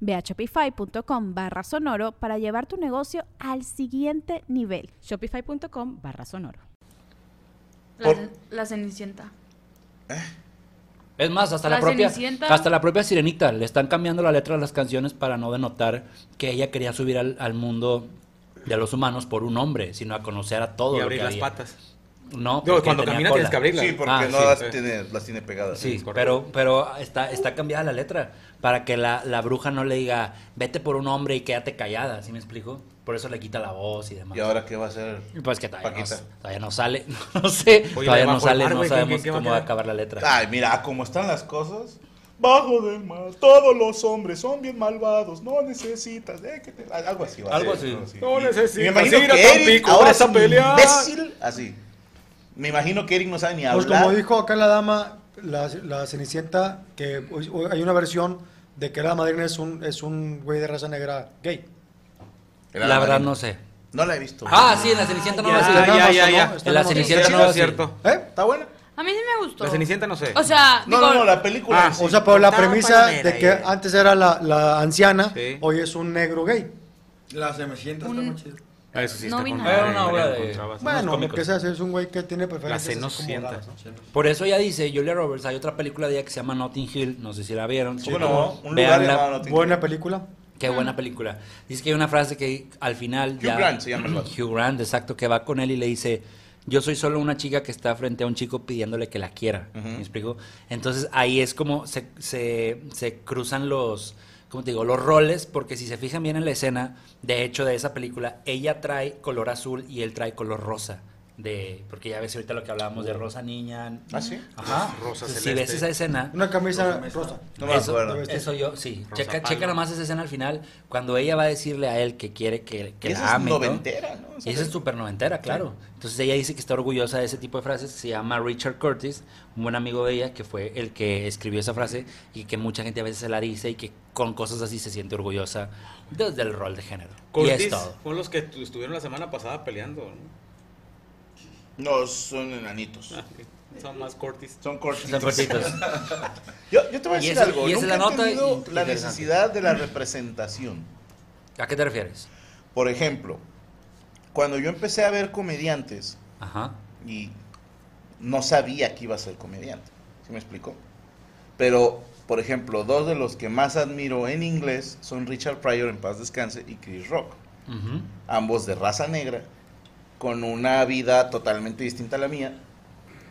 Ve a shopify.com barra sonoro para llevar tu negocio al siguiente nivel. Shopify.com barra sonoro. Por- La, la Cenicienta. Es más, hasta La la, propia, Cenicienta. hasta la propia Sirenita le están cambiando la letra de las canciones para no denotar que ella quería subir al, al mundo de los humanos por un hombre, sino a conocer a todo. Y lo abrir que las había. patas. No, Digo, porque cuando tenía camina tienes cola. que abrirlas. Sí, Sí, por- por... Ah, no sí. las, tiene, las tiene pegadas. Sí, correcto. pero, pero está, está cambiada la letra para que la, la bruja no le diga vete por un hombre y quédate callada, ¿sí me explico? Por eso le quita la voz y demás. ¿Y ahora qué va a hacer? Pues que todavía no, Paquita. todavía no sale, no sé, Oye, bajo todavía no el sale, mar, no güey, ¿qué- sabemos qué va a cómo va a quedar? Ah, acabar la letra. Ay, mira, como están las cosas. Bajo del mar, todos los hombres son bien malvados, no necesitas, eh, que te- algo así va a Algo ser, así. Y- No y necesitas Me imagino ir a que Eric Tampico, ahora es vas a pelear. imbécil, así. Me imagino que Eric no sabe ni Pues hablar. como dijo acá la dama, la, la Cenicienta, que hoy- hoy hay una versión de que la madrina es un, es un güey de raza negra gay. Era la verdad madrina. no sé. No la he visto. Ah, sí, en la Cenicienta no ya, va a Está en ser. ya, Amazon, ya, Este, ¿no? ya. Está En la Amazon. Cenicienta Sí, no va a es ser. cierto. ¿Eh? ¿Está buena? A mí sí me gustó. La Cenicienta no sé. O sea, No, digo, no, no, la película. Ah, sí. O sea, pero la Estaba premisa palomera, de que ya. antes era la, la anciana, Sí. hoy es un negro gay. La Cenicienta está muy chida. Ah, Eso sí No está vi con nada. madre, Era una ya obra la de- encontrabas. Unos Bueno, lo cómicos. que sea, es un güey que tiene preferencias. La así como Cenicienta. raras, ¿no? Por eso ella dice, Julia Roberts, hay otra película de ella que se llama Notting Hill, no sé si la vieron. ¿Cómo no? Un lugar Véanla. llamado Notting Hill. Buena película. Qué buena película. Dice que hay una frase que al final... Hugh Grant se llama el vato. Hugh Grant, exacto, que va con él y le dice, yo soy solo una chica que está frente a un chico pidiéndole que la quiera. ¿Me explico? Entonces ahí es como se, se, se cruzan los... ¿Cómo te digo? Los roles, porque si se fijan bien en la escena, de hecho, de esa película, ella trae color azul y él trae color rosa. De, porque ya ves ahorita lo que hablábamos de rosa niña. ¿Ah, sí? Ajá. Rosa si celeste. ves esa escena, Una camisa Rosa. rosa. No me eso, acuerdo. eso yo, sí. Rosa Checa, Palma. checa nomás esa escena al final, cuando ella va a decirle a él que quiere que, que Esa la es ame. ¿no? noventera, ¿no? Y esa es súper noventera, claro. Entonces ella dice que está orgullosa de ese tipo de frases. Se llama Richard Curtis, un buen amigo de ella, que fue el que escribió esa frase y que mucha gente a veces se la dice y que con cosas así se siente orgullosa desde el rol de género. y es Curtis todo. Con los que tu- estuvieron la semana pasada peleando. ¿no? No, son enanitos. Ah, Son más Curtis. Son cortitos. Son cortitos. Yo, yo te voy a Y decir esa- algo. y esa Nunca es la he nota entendido y- la interesante. necesidad de la representación. ¿A qué te refieres? Por ejemplo, cuando yo empecé a ver comediantes Ajá. y no sabía que iba a ser comediante, ¿sí me explicó? Pero, por ejemplo, dos de los que más admiro en inglés son Richard Pryor, en paz descanse, y Chris Rock, Ujú. ambos de raza negra, con una vida totalmente distinta a la mía,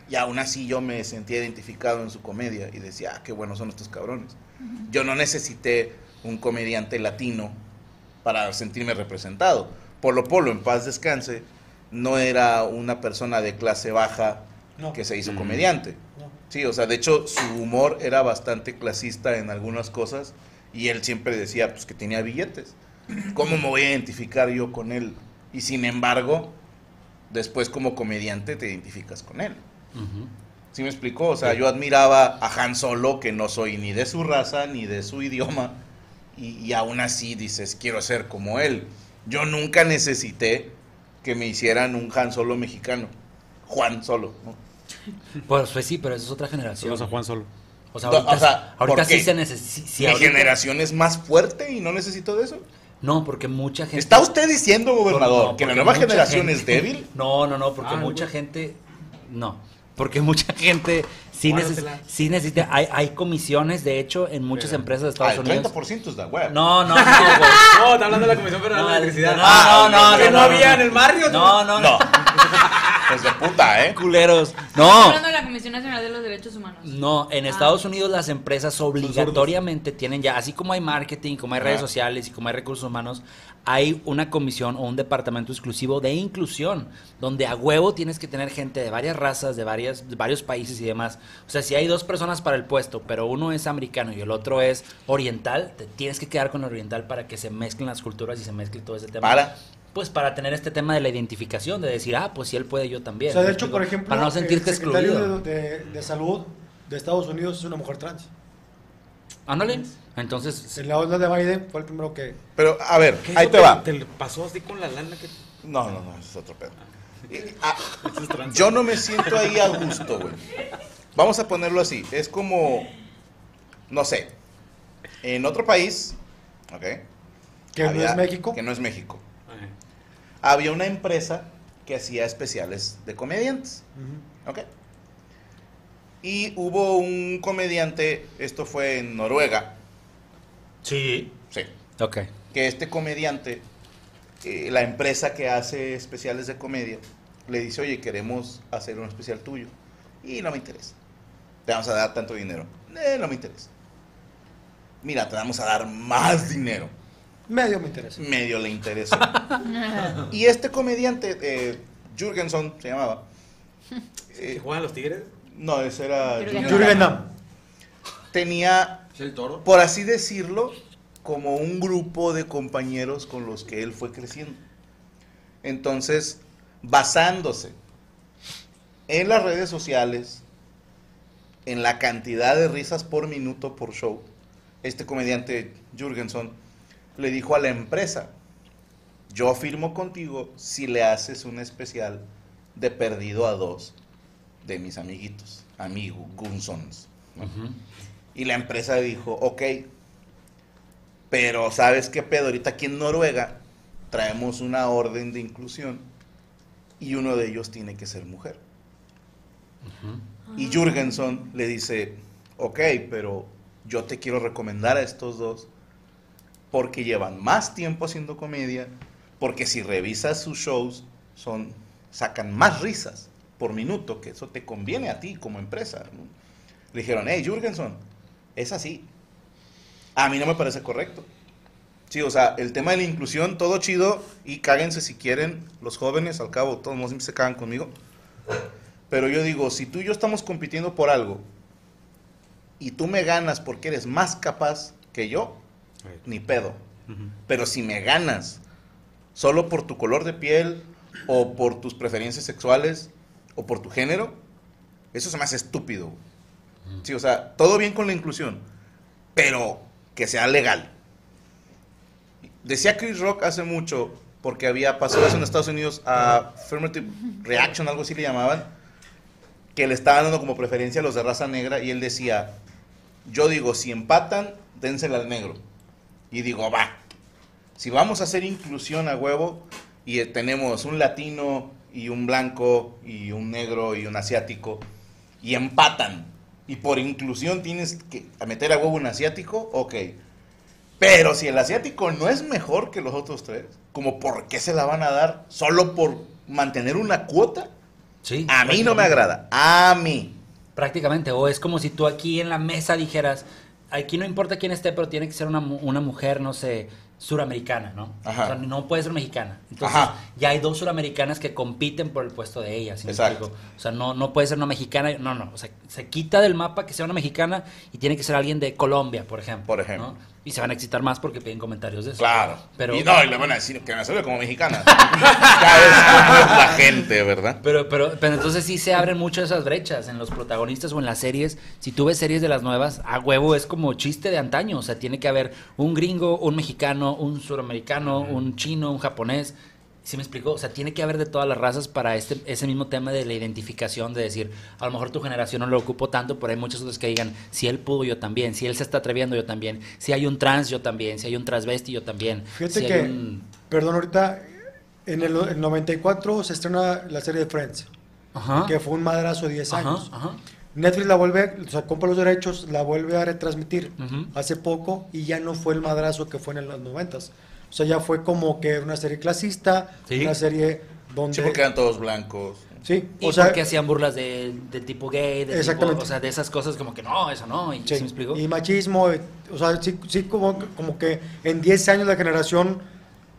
y aún así yo me sentía identificado en su comedia y decía, ah, qué buenos son estos cabrones. Yo no necesité un comediante latino para sentirme representado. Polo Polo, en paz descanse, no era una persona de clase baja No. que se hizo Mm. comediante. No. Sí, o sea, de hecho su humor era bastante clasista en algunas cosas y él siempre decía pues que tenía billetes. ¿Cómo me voy a identificar yo con él? Y sin embargo, después como comediante te identificas con él. Ujú. ¿Sí me explicó? O sea, yo admiraba a Han Solo, que no soy ni de su raza ni de su idioma, y, y aún así dices, quiero ser como él. Yo nunca necesité que me hicieran un Han Solo mexicano. Juan Solo. ¿no? Pues, pues sí, pero eso es otra generación. Saludos a Juan Solo. O sea, No, ahorita, o sea, ahorita ¿por sí qué? se necesita. Mi generación es más fuerte y no necesito de eso. No, porque mucha gente. ¿Está usted diciendo, gobernador, No, que la porque nueva mucha generación es gente- débil? No, no, no, porque Ah, mucha güey. gente. No. Porque mucha gente sí, neces- Guárdatela. sí necesita. Hay, hay comisiones, de hecho, en muchas empresas de Ah, Estados el Unidos. 30% es la web. No, no, no, güey. No, está hablando de la Comisión Federal de No, Electricidad. no, no, no, que no, no no, había no. en el barrio. No, no, No. no. Pues de puta, ¿eh? Culeros. Estoy No. hablando de la Comisión Nacional de los Derechos Humanos. No, Ah, en Estados Unidos las empresas obligatoriamente tienen ya, así como hay marketing, como hay redes Ajá. sociales y como hay recursos humanos, hay una comisión o un departamento exclusivo de inclusión, donde a huevo tienes que tener gente de varias razas, de, varias, de varios países y demás. O sea, si hay dos personas para el puesto, pero uno es americano y el otro es oriental, te tienes que quedar con el oriental para que se mezclen las culturas y se mezcle todo ese tema. Para. Pues para tener este tema de la identificación, de decir, ah, pues si él puede, yo también. O sea, de ¿Me hecho, explico? por ejemplo, para no sentirte el secretario excluido. de, de- de salud de Estados Unidos es una mujer trans. Ándale. Entonces, En la onda de Biden fue el primero que... Pero, a ver, ¿Qué es ahí lo te que va. Te pasó así con la lana que. No, no, no, eso es otro pedo. Eh, ah, yo no me siento ahí a gusto, güey. Vamos a ponerlo así. Es como, no sé, en otro país, ¿ok? Que no Había- es México. Que no es México. Ajá. Había una empresa que hacía especiales de comediantes, Ujú. ¿ok? Y hubo un comediante, esto fue en Noruega, sí. sí, Ok. que este comediante, eh, la empresa que hace especiales de comedia, le dice, oye, queremos hacer un especial tuyo. Y no me interesa. Te vamos a dar tanto dinero. "Eh, no me interesa. Mira, te vamos a dar más dinero. Medio me interesa. Medio le interesó. y este comediante, eh, Jürgenson se llamaba. ¿Que Eh, juegan los tigres? no, ese era Jürgen. Jürgen Jürgen Damm. Damm. Tenía ¿Es el toro? por así decirlo, como un grupo de compañeros con los que él fue creciendo. Entonces, basándose en las redes sociales, en la cantidad de risas por minuto por show, este comediante Jürgenson le dijo a la empresa, yo firmo contigo si le haces un especial de perdido a dos de mis amiguitos, amigo, Gunsons. Ujú. Y la empresa dijo, ok, pero ¿sabes qué pedo? Ahorita aquí en Noruega traemos una orden de inclusión y uno de ellos tiene que ser mujer. Y Jürgenson le dice, ok, pero yo te quiero recomendar a estos dos porque llevan más tiempo haciendo comedia, porque si revisas sus shows, son, sacan más risas por minuto, que eso te conviene a ti como empresa. ¿no? Le dijeron, hey, Jürgenson, es así. A mí no me parece correcto. Sí, o sea, el tema de la inclusión, todo chido, y cáguense si quieren, los jóvenes, al cabo, todos no siempre se cagan conmigo. Pero yo digo, si tú y yo estamos compitiendo por algo, y tú me ganas porque eres más capaz que yo, Ahí. ni pedo. Ujú. Pero si me ganas solo por tu color de piel o por tus preferencias sexuales o por tu género, eso se me hace estúpido. Sí, o sea, todo bien con la inclusión, pero que sea legal. Decía Chris Rock hace mucho, porque había pasado eso en Estados Unidos a Affirmative Reaction, algo así le llamaban, que le estaban dando como preferencia a los de raza negra y él decía, yo digo, si empatan, dénsela al negro. Y digo, va, si vamos a hacer inclusión a huevo y eh, tenemos un latino y un blanco y un negro y un asiático y empatan y por inclusión tienes que meter a huevo un asiático, ok. Pero si el asiático no es mejor que los otros tres, como por qué se la van a dar solo por mantener una cuota, Sí. a mí no me agrada, a mí. Prácticamente. O es como si tú aquí en la mesa dijeras, aquí no importa quién esté, pero tiene que ser una, mu- una mujer, no sé, suramericana, ¿no? Ajá. O sea, no puede ser mexicana. Entonces, Ajá. ya hay dos suramericanas que compiten por el puesto de ella. ¿sí me Exacto. explico? O sea, no, no puede ser una mexicana. No, no. O sea, se quita del mapa que sea una mexicana y tiene que ser alguien de Colombia, por ejemplo. Por ejemplo. ¿no? Y se van a excitar más porque piden comentarios de eso. Claro. Pero, y no, y le van a decir que me salió como mexicana. Cada vez más la gente, ¿verdad? Pero, pero, pero entonces sí se abren mucho esas brechas en los protagonistas o en las series. Si tú ves series de las nuevas, a huevo es como chiste de antaño. O sea, tiene que haber un gringo, un mexicano, un suramericano, un chino, un japonés. ¿Sí me explicó? O sea, tiene que haber de todas las razas para este, ese mismo tema de la identificación, de decir, a lo mejor tu generación no lo ocupó tanto, pero hay muchos otros que digan, si él pudo, yo también, si él se está atreviendo, yo también, si hay un trans, yo también, si hay un transvesti, yo también. Fíjate si hay que, un- perdón, ahorita en el el 94 se estrena la serie de Friends, Ajá, que fue un madrazo de 10 ajá, años. ajá. Netflix la vuelve, o sea, compra los derechos, la vuelve a retransmitir Ujú. hace poco y ya no fue el madrazo que fue en los 90. O sea, ya fue como que una serie clasista, Sí. una serie donde... Sí, porque eran todos blancos. Sí, Y o sea, porque hacían burlas de- del tipo gay, del Exactamente. tipo, o sea, de esas cosas como que no, eso no, y sí, ¿sí me explico? y machismo, eh, o sea, sí, sí como, como que en 10 años la generación,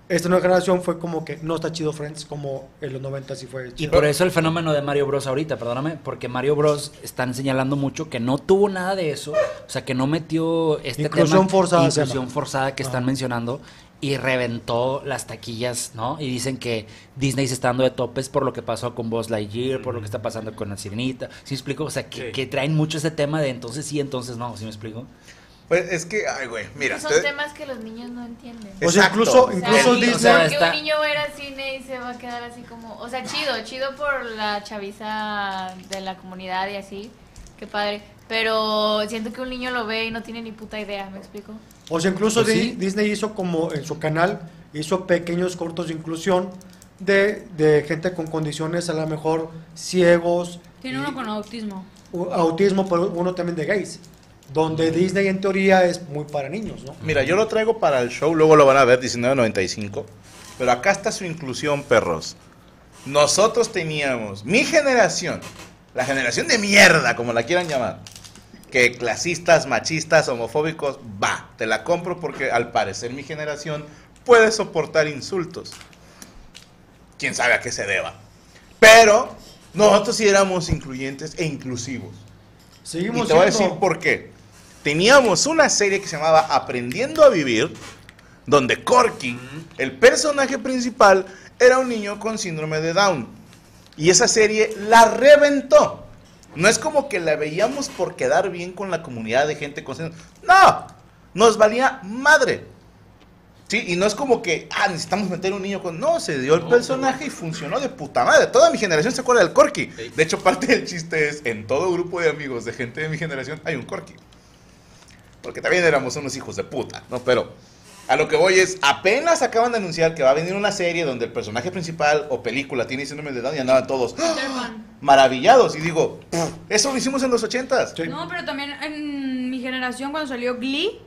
esta nueva generación fue como que no está chido Friends como en los 90 sí fue Y chido. por eso el fenómeno de Mario Bros ahorita, perdóname, porque Mario Bros están señalando mucho que no tuvo nada de eso, o sea, que no metió este Inclusión tema, forzada se inclusión llama. forzada que están mencionando y reventó las taquillas, ¿no? Y dicen que Disney se está dando de topes por lo que pasó con Buzz Lightyear, por lo que está pasando con la Sirenita, ¿sí me explico? O sea, que, Sí. que traen mucho ese tema de entonces sí, entonces no, ¿sí me explico? Pues es que, ay, güey, mira. Son este te- temas que los niños no entienden. O sea, incluso- Eh, incluso o sea, Disney- o sea, que está- un niño va a ir al cine y se va a quedar así como, o sea, chido, chido por la chaviza de la comunidad y así, qué padre, pero siento que un niño lo ve y no tiene ni puta idea, ¿me explico? O sea, incluso Pues Di- sí. Disney hizo como en su canal, hizo pequeños cortos de inclusión de, de gente con condiciones a lo mejor ciegos, Tiene uno con autismo. u- autismo, pero uno también de gays, donde Disney en teoría es muy para niños, ¿no? Mira, yo lo traigo para el show, luego lo van a ver, 19.95. Pero acá está su inclusión, perros. Nosotros teníamos, mi generación, la generación de mierda, como la quieran llamar, que clasistas, machistas, homofóbicos, va, te la compro porque al parecer mi generación puede soportar insultos. Quién sabe a qué se deba. Pero nosotros sí éramos incluyentes e inclusivos. Seguimos Y te voy a siendo- decir por qué. Teníamos una serie que se llamaba Aprendiendo a Vivir, donde Corky, el personaje principal, era un niño con síndrome de Down. Y esa serie la reventó. No es como que la veíamos por quedar bien con la comunidad de gente con síndrome. No, nos valía madre. Sí, y no es como que, ah, necesitamos meter un niño con... No, se dio el personaje y funcionó de puta madre. Toda mi generación se acuerda del Corky. De hecho, parte del chiste es, en todo grupo de amigos de gente de mi generación hay un Corky. Porque también éramos unos hijos de puta, ¿no? Pero a lo que voy es, apenas acaban de anunciar que va a venir una serie donde el personaje principal o película tiene síndrome de Down y andaban todos ¡ah! Peterman. maravillados. Y digo, "Pff, eso lo hicimos en los ochentas. Sí. No, pero también en mi generación cuando salió Glee,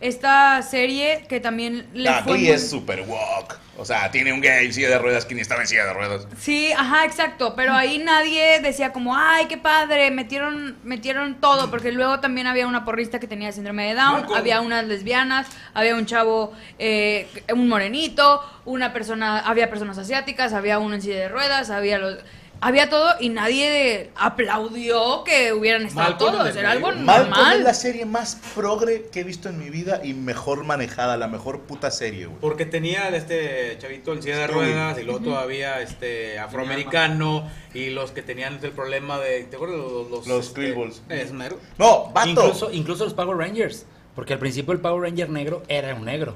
esta serie que también le La fue Ah, Glee muy- es super walk. O sea, tiene un gay en silla de ruedas, quien estaba en silla de ruedas. Sí, ajá, exacto, pero ahí nadie decía como, "Ay, qué padre, metieron metieron todo", porque luego también había una porrista que tenía síndrome de Down, había unas lesbianas, había un chavo eh, un morenito, una persona, había personas asiáticas, había uno en silla de ruedas, había los había todo y nadie aplaudió que hubieran estado Malcolm en todos, el era algo medio. Malcolm normal. es la serie más progre que he visto en mi vida y mejor manejada, la mejor puta serie, güey. Porque tenía al este chavito en silla de Stewie. ruedas y luego todavía este afroamericano y los que tenían el problema de ¿te acuerdas los los, Los este, Krillballs. es mero. No, vato. Incluso, incluso los Power Rangers, porque al principio el Power Ranger negro era un negro.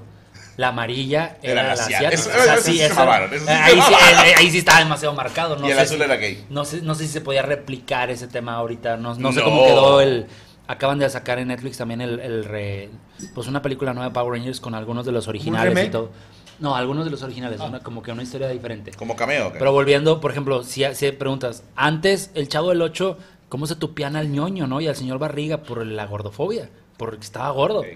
La amarilla Era era, la la asiática. asiática. Eso- O sea, eso sí sí, se eso- mamaron, eso sí se ahí, sí, mamaron. ahí- ahí sí estaba demasiado marcado. No y el sé azul si- era gay. No sé, no sé si se podía replicar ese tema ahorita. No, no sé No. cómo quedó el. Acaban de sacar en Netflix también el, el re- pues una película nueva de Power Rangers con algunos de los originales y remake? todo. No, algunos de los originales, una- como que una historia diferente. Como cameo, güey. Pero volviendo, por ejemplo, si, si preguntas, antes el chavo del 8, ¿cómo se tupían al ñoño, no? Y al señor Barriga por la gordofobia, porque estaba gordo. Sí.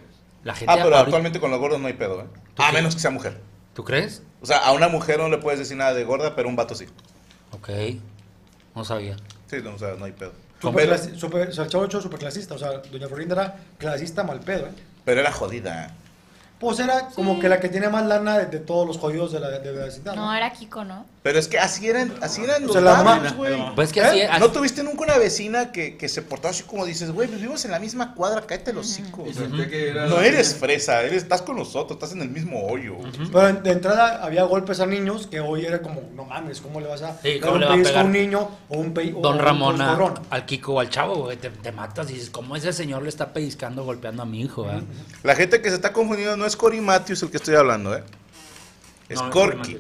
La gente Ah, pero ahorita- actualmente con los gordos no hay pedo, ¿eh? ¿Tú A qué? menos que sea mujer. ¿Tú crees? O sea, a una mujer no le puedes decir nada de gorda, pero a un vato sí. Ok, no sabía. Sí, no, o sea, no hay pedo. Super Pero, clasi- super- o sea, el chavo ocho super clasista, o sea, doña Florinda era clasista mal pedo, ¿eh? pero era jodida. Pues era como que la que tiene más lana de, de todos los jodidos de la, de la ciudad, ¿no? No, era Kiko, ¿no? Pero es que así eran, así eran O los sea, la mamá- barrios, güey. Pues es que así ¿Eh? es- así- ¿No tuviste nunca una vecina que, que se portaba así como dices, güey, vivimos en la misma cuadra, cállate el hocico? Y sentía que era- No eres fresa, eres, estás con nosotros, estás en el mismo hoyo. Pero en- de entrada había golpes a niños que hoy era como, no mames, ¿cómo le vas a Sí, dar ¿cómo un le va a pellizco pegar? un niño o un pe- o Don un Ramón a- coscorrón? al Kiko o al chavo, güey, te, te matas y dices, ¿cómo ese señor le está pellizcando, golpeando a mi hijo? ah?" La gente que se está confundiendo no es Cory Matthews el que estoy hablando, ¿eh? Es No, Corky,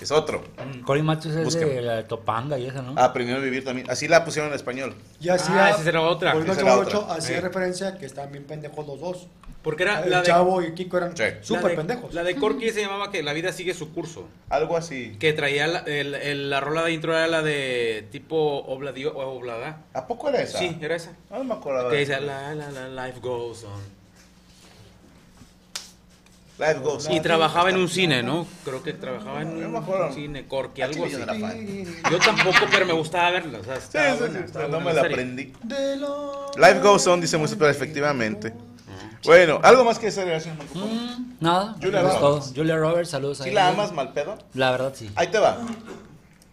es otro. Cory Matthews es Búsqueme. de la de Topanga y esa, ¿no? Aprendió a vivir también. Así la pusieron en español. Y hacía, Ah, esa será otra. volviendo al Esa era Chavo otra. Ocho, hacía Sí. referencia que estaban bien pendejos los dos. Porque era el la de Chavo y Kiko eran Sí. la súper de- pendejos. La de Corky se llamaba que la vida sigue su curso. Algo así. Que traía la, el- el- la rola de intro era la de tipo obladio o oblada. ¿A poco era esa? Ah, Sí, era esa. No me acordaba. Que de dice esa. la la la life goes on. Life Goes Y On. trabajaba en un cine, ¿no? Creo que trabajaba en No me un acuerdo. cine, Corky, Al algo chile así. yo no era fan. Yo tampoco, pero me gustaba verla. O sea, estaba Sí, sí, buena, sí, estaba no buena me la serie. aprendí. Life Goes On, dice Musa, pero efectivamente. Bueno, algo más que esa relación, Marco Mm, Polo? Nada, Julia eso es todo. Roberts. Julia Roberts, saludos a ¿Sí ella. la amas mal pedo? La verdad, sí. Ahí te va.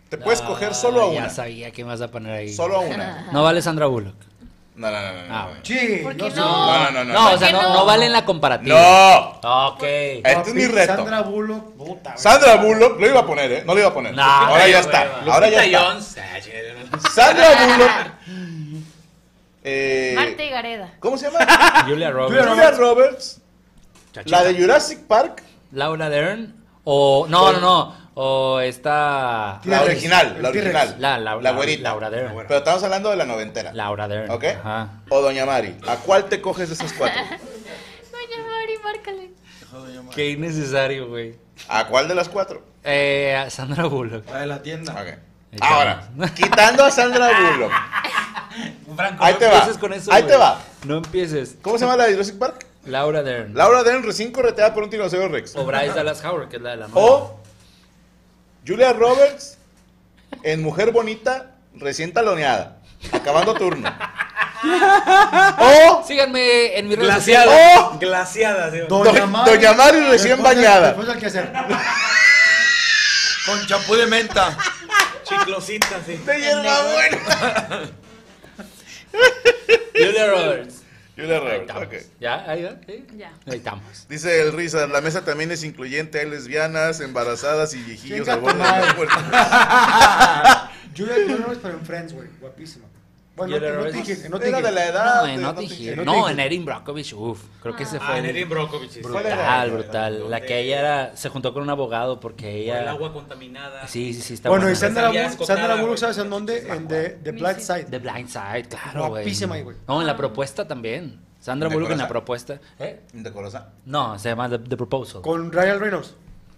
Te puedes Ah, coger solo a Ya una. sabía que me vas a poner ahí. Solo a una. No vale Sandra Bullock. No, no, no, no. Ah, no. bueno. Sí, ¿Por qué sé. no? No, no, no, No, no. o sea, no, no? no vale en la comparativa. ¡No! Ok. Este es mi Papi, reto. Sandra Bullock, puta. Sandra Bullock, lo iba a poner, ¿eh? No lo iba a poner. No, ahora qué ya hueva. está. Ahora ya Lupita está. Jones. Ah, chinga, yo no- Sandra Bullock. Eh, Marta y Gareda. ¿Cómo se llama? Julia Roberts. Julia Roberts. Chachita. La de Jurassic Park. Laura Dern. O. No, no, no. O esta. Tira- La T-Rex. original, la El T-Rex. original. La, la, la güerita. Laura Dern. Pero estamos hablando de la noventera. Laura Dern. ¿Ok? Ajá. O Doña Mari. ¿A cuál te coges de esas cuatro? Doña Mari, márcale. Qué innecesario, güey. ¿A cuál de las cuatro? Eh, Sandra Bullock. La de la tienda. Ok. Ahora, quitando a Sandra Bullock. Franco, Ahí no te va. empieces con eso, Ahí güey. te va. No empieces. ¿Cómo se llama la de Jurassic Park? Laura Dern. Laura Dern recién correteada por un tiranosaurio Rex. O Bryce Dallas Howard, que es la de la nueva. O Julia Roberts en Mujer Bonita recién taloneada, acabando turno. O Síganme en mi red social. Glaciada. Glaciada, sí. Doña Doña Mari recién Después del- bañada. Después del quehacer. Oh. Con champú de menta. Chiclosita, sí. de hierba buena. Julia Roberts. Julia Ahí Roberts, estamos. ok. ¿Ya? ¿Ahí va? ¿Sí? Ya. Ahí estamos. Dice el Risa, la mesa también es incluyente, hay lesbianas, embarazadas y viejillos Chinga al borde tu de la madre. puerta. Julia Julia Roberts, pero en Friends, güey. Guapísima. Bueno, Julia no, no te Roberts. dije, no eh, te Era dije. de la edad. No, de- en te Notting Hill. dije. No, en Erin Brockovich. Uf, creo que se Ah, fue. Nerin Brockovich. sí. ¿Cuál era? Brutal, brutal. La que ella era, se juntó con un abogado porque Con el ella. agua contaminada. Sí, sí, sí, está Bueno, buena. y Sandra, Salía Bullock, escotada, Sandra Bullock, güey. ¿sabes en dónde? En The, The Black Side. The Blind Side, claro, güey. Guapísima ahí, güey. No, en la propuesta también. Sandra ¿De Bullock en la Corazón? propuesta. ¿Eh? Indecorosa. No, se llama The, The Proposal. Con Ryan Reynolds.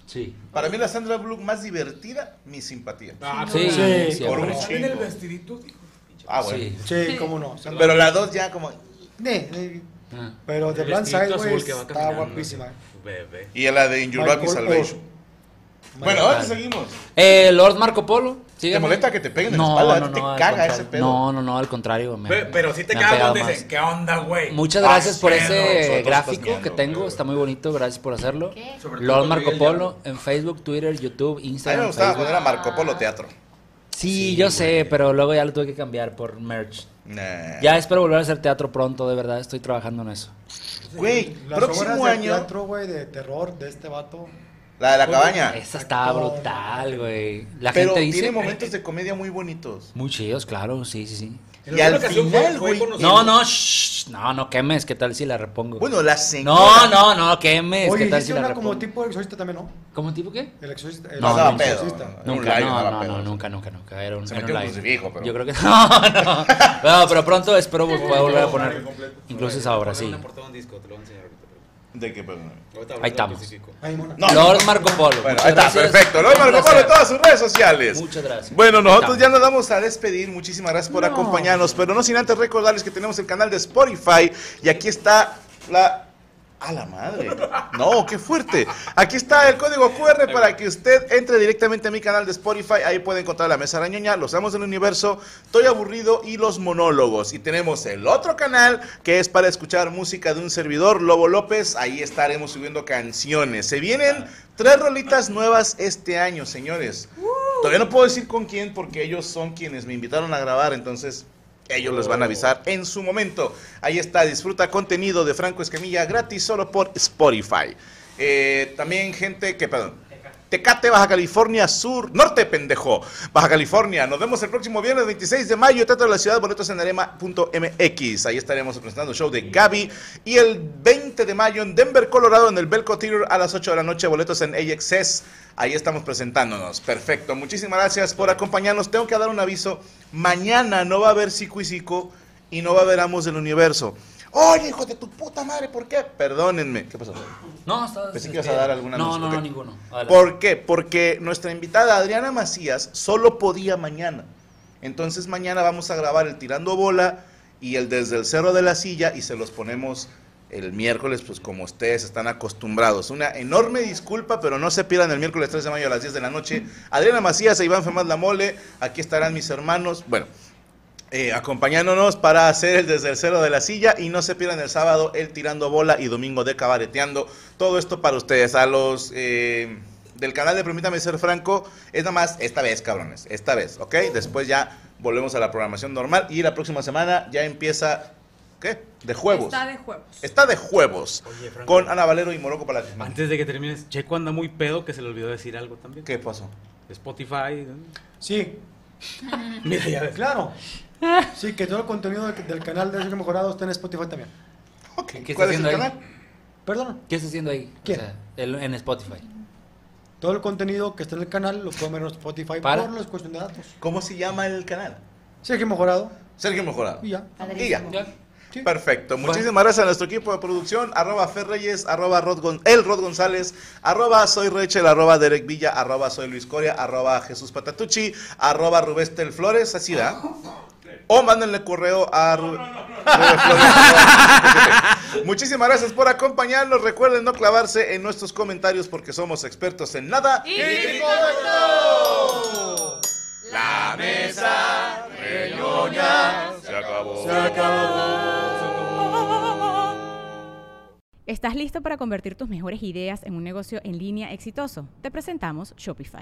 Sí. Para mí la Sandra Bullock más divertida, mi simpatía. Ah, Sí, pues, Sí. sí, Por hombre. un También el chingo. vestidito, dijo. Ah, bueno. Sí. Sí, cómo no. Sandra- Pero la dos ya como... Ne, ne. Ah. Pero The El Blind Side, vestidito güey, azul que va está caminando, guapísima. eh. sí. Bebé. Y la de In Your Michael Rock is Salvation. Orr. Bueno, Michael- ahora seguimos. Eh, Lord Marco Polo. síganme. molesta que te peguen en la espalda? ¿Te al caga contrario. ese pedo? No, no, no, al contrario. me- Pe- Pero sí te me han cagas pegado cuando dicen, más. ¿qué onda, güey? Muchas Ah, gracias por sí, no, sobre todo ese estás gráfico que meando, tengo, pues, güey. está muy bonito, gracias por hacerlo. ¿Qué? Sobre todo Lord con Marco Miguel Polo en Facebook, Twitter, YouTube, A mí me Instagram. gustaba Facebook. cuando era Marco Polo Teatro. Sí, yo sé, pero luego ya lo tuve que cambiar por merch. Nah. Ya espero volver a hacer teatro pronto, de verdad, estoy trabajando en eso. Güey, Las próximo obras de año... teatro, güey, de terror de este vato. La de la cabaña. Esa está brutal, güey. La Pero gente dice. tiene momentos de comedia muy bonitos. Muy chidos, claro, sí, sí, sí. Y al final, güey... No, no, shh, no, no quemes, ¿qué tal si la repongo? Bueno, la señora... no, no, no, quemes, Oye, ¿qué tal si hiciste la una repongo? como tipo el exorcista también, ¿no? ¿Cómo tipo qué? El exorcista. El No, Pasaba no, pedo. exorcista. Era un Nunca, rayo, no, daba no, pedo. no, nunca, nunca, nunca. Era un, Se era un metió un live. crucifijo, pero- Yo creo que no, no. No, pero pronto espero vol- poder volver a poner. Incluso esa obra, ahora sí. ¿De pues, qué, perdón? Ahí estamos. Ay, mona. No. Lord Marco Polo. Bueno, muchas ahí está, gracias. perfecto. Lo Un Marco placer. Polo en todas sus redes sociales. Muchas gracias. Bueno, nosotros Estamos. ya nos vamos a despedir. Muchísimas gracias por acompañarnos. Pero no sin antes recordarles que tenemos el canal de Spotify. Y aquí está la. ¡A la madre! No, qué fuerte. Aquí está el código QR para que usted entre directamente a mi canal de Spotify. Ahí puede encontrar la mesa arañoña, los amos del universo, Estoy aburrido y los monólogos. Y tenemos el otro canal que es para escuchar música de un servidor, Lobo López. Ahí estaremos subiendo canciones. Se vienen tres rolitas nuevas este año, señores. Todavía no puedo decir con quién porque ellos son quienes me invitaron a grabar, entonces ellos les van a avisar en su momento. Ahí está, disfruta contenido de Franco Escamilla gratis solo por Spotify. Eh, también gente que, perdón. Tecate, Baja California Sur, Norte, pendejo. Baja California. Nos vemos el próximo viernes 26 de mayo, Teatro de la Ciudad, boletos en arema.mx. Ahí estaremos presentando el show de Gaby. Y el 20 de mayo en Denver, Colorado, en el Belco Theater a las 8 de la noche, boletos en AXS. Ahí estamos presentándonos. Perfecto. Muchísimas gracias por acompañarnos. Tengo que dar un aviso. Mañana no va a haber Sico y Sico y no va a haber Amos del Universo. Oye, hijo de tu puta madre, ¿por qué? Perdónenme. ¿Qué pasó? No, está- este, Pensé que ibas a dar alguna No, anuncio. no, no, Ok. ninguno. Adelante. ¿Por qué? Porque nuestra invitada Adriana Macías solo podía mañana. Entonces mañana vamos a grabar el Tirando Bola y el Desde el Cerro de la Silla y se los ponemos el miércoles, pues como ustedes están acostumbrados. Una enorme disculpa, pero no se pierdan el miércoles 3 de mayo a las 10 de la noche. Adriana Macías e Iván Femaz La Mole, aquí estarán mis hermanos. Bueno, eh, acompañándonos para hacer el desde el cero de la silla y no se pierdan el sábado el tirando bola y domingo de cabareteando. Todo esto para ustedes, a los eh, del canal de Permítame Ser Franco, es nada más esta vez, cabrones, esta vez, ¿ok? Después ya volvemos a la programación normal y la próxima semana ya empieza, ¿qué? De juegos. Está de juegos. Está de juegos. Oye, Franco. con Ana Valero y Moroco Palacios. Antes de que termines, Checo anda muy pedo que se le olvidó decir algo también. ¿Qué pasó? Spotify. ¿no? Sí. Mira, ya ves. Claro. Sí, que todo el contenido del, del canal de Sergio Mejorado está en Spotify también. Ok, ¿Qué está ¿Cuál es el haciendo ahí? canal? Perdón. ¿Qué estás haciendo ahí? ¿Quién? el- en Spotify. Todo el contenido que está en el canal lo pueden ver en Spotify Para. por la cuestión de datos. ¿Cómo se llama el canal? Sergio Mejorado Sergio Mejorado. y ya. Y ya. Sí. Perfecto. Muchísimas gracias a nuestro equipo de producción, arroba Ferreyes, arroba Rod Gon- el Rod González, arroba soy Rachel, arroba Derek Villa, arroba soy Luis Coria, arroba Jesús Patatucci, arroba Rubestel Flores, así da. O mándenle correo a Ru- Rubén Flores, arroba- Muchísimas gracias por acompañarnos. Recuerden no clavarse en nuestros comentarios porque somos expertos en nada. La mesa reñoña se acabó. ¿Estás listo para convertir tus mejores ideas en un negocio en línea exitoso? Te presentamos Shopify.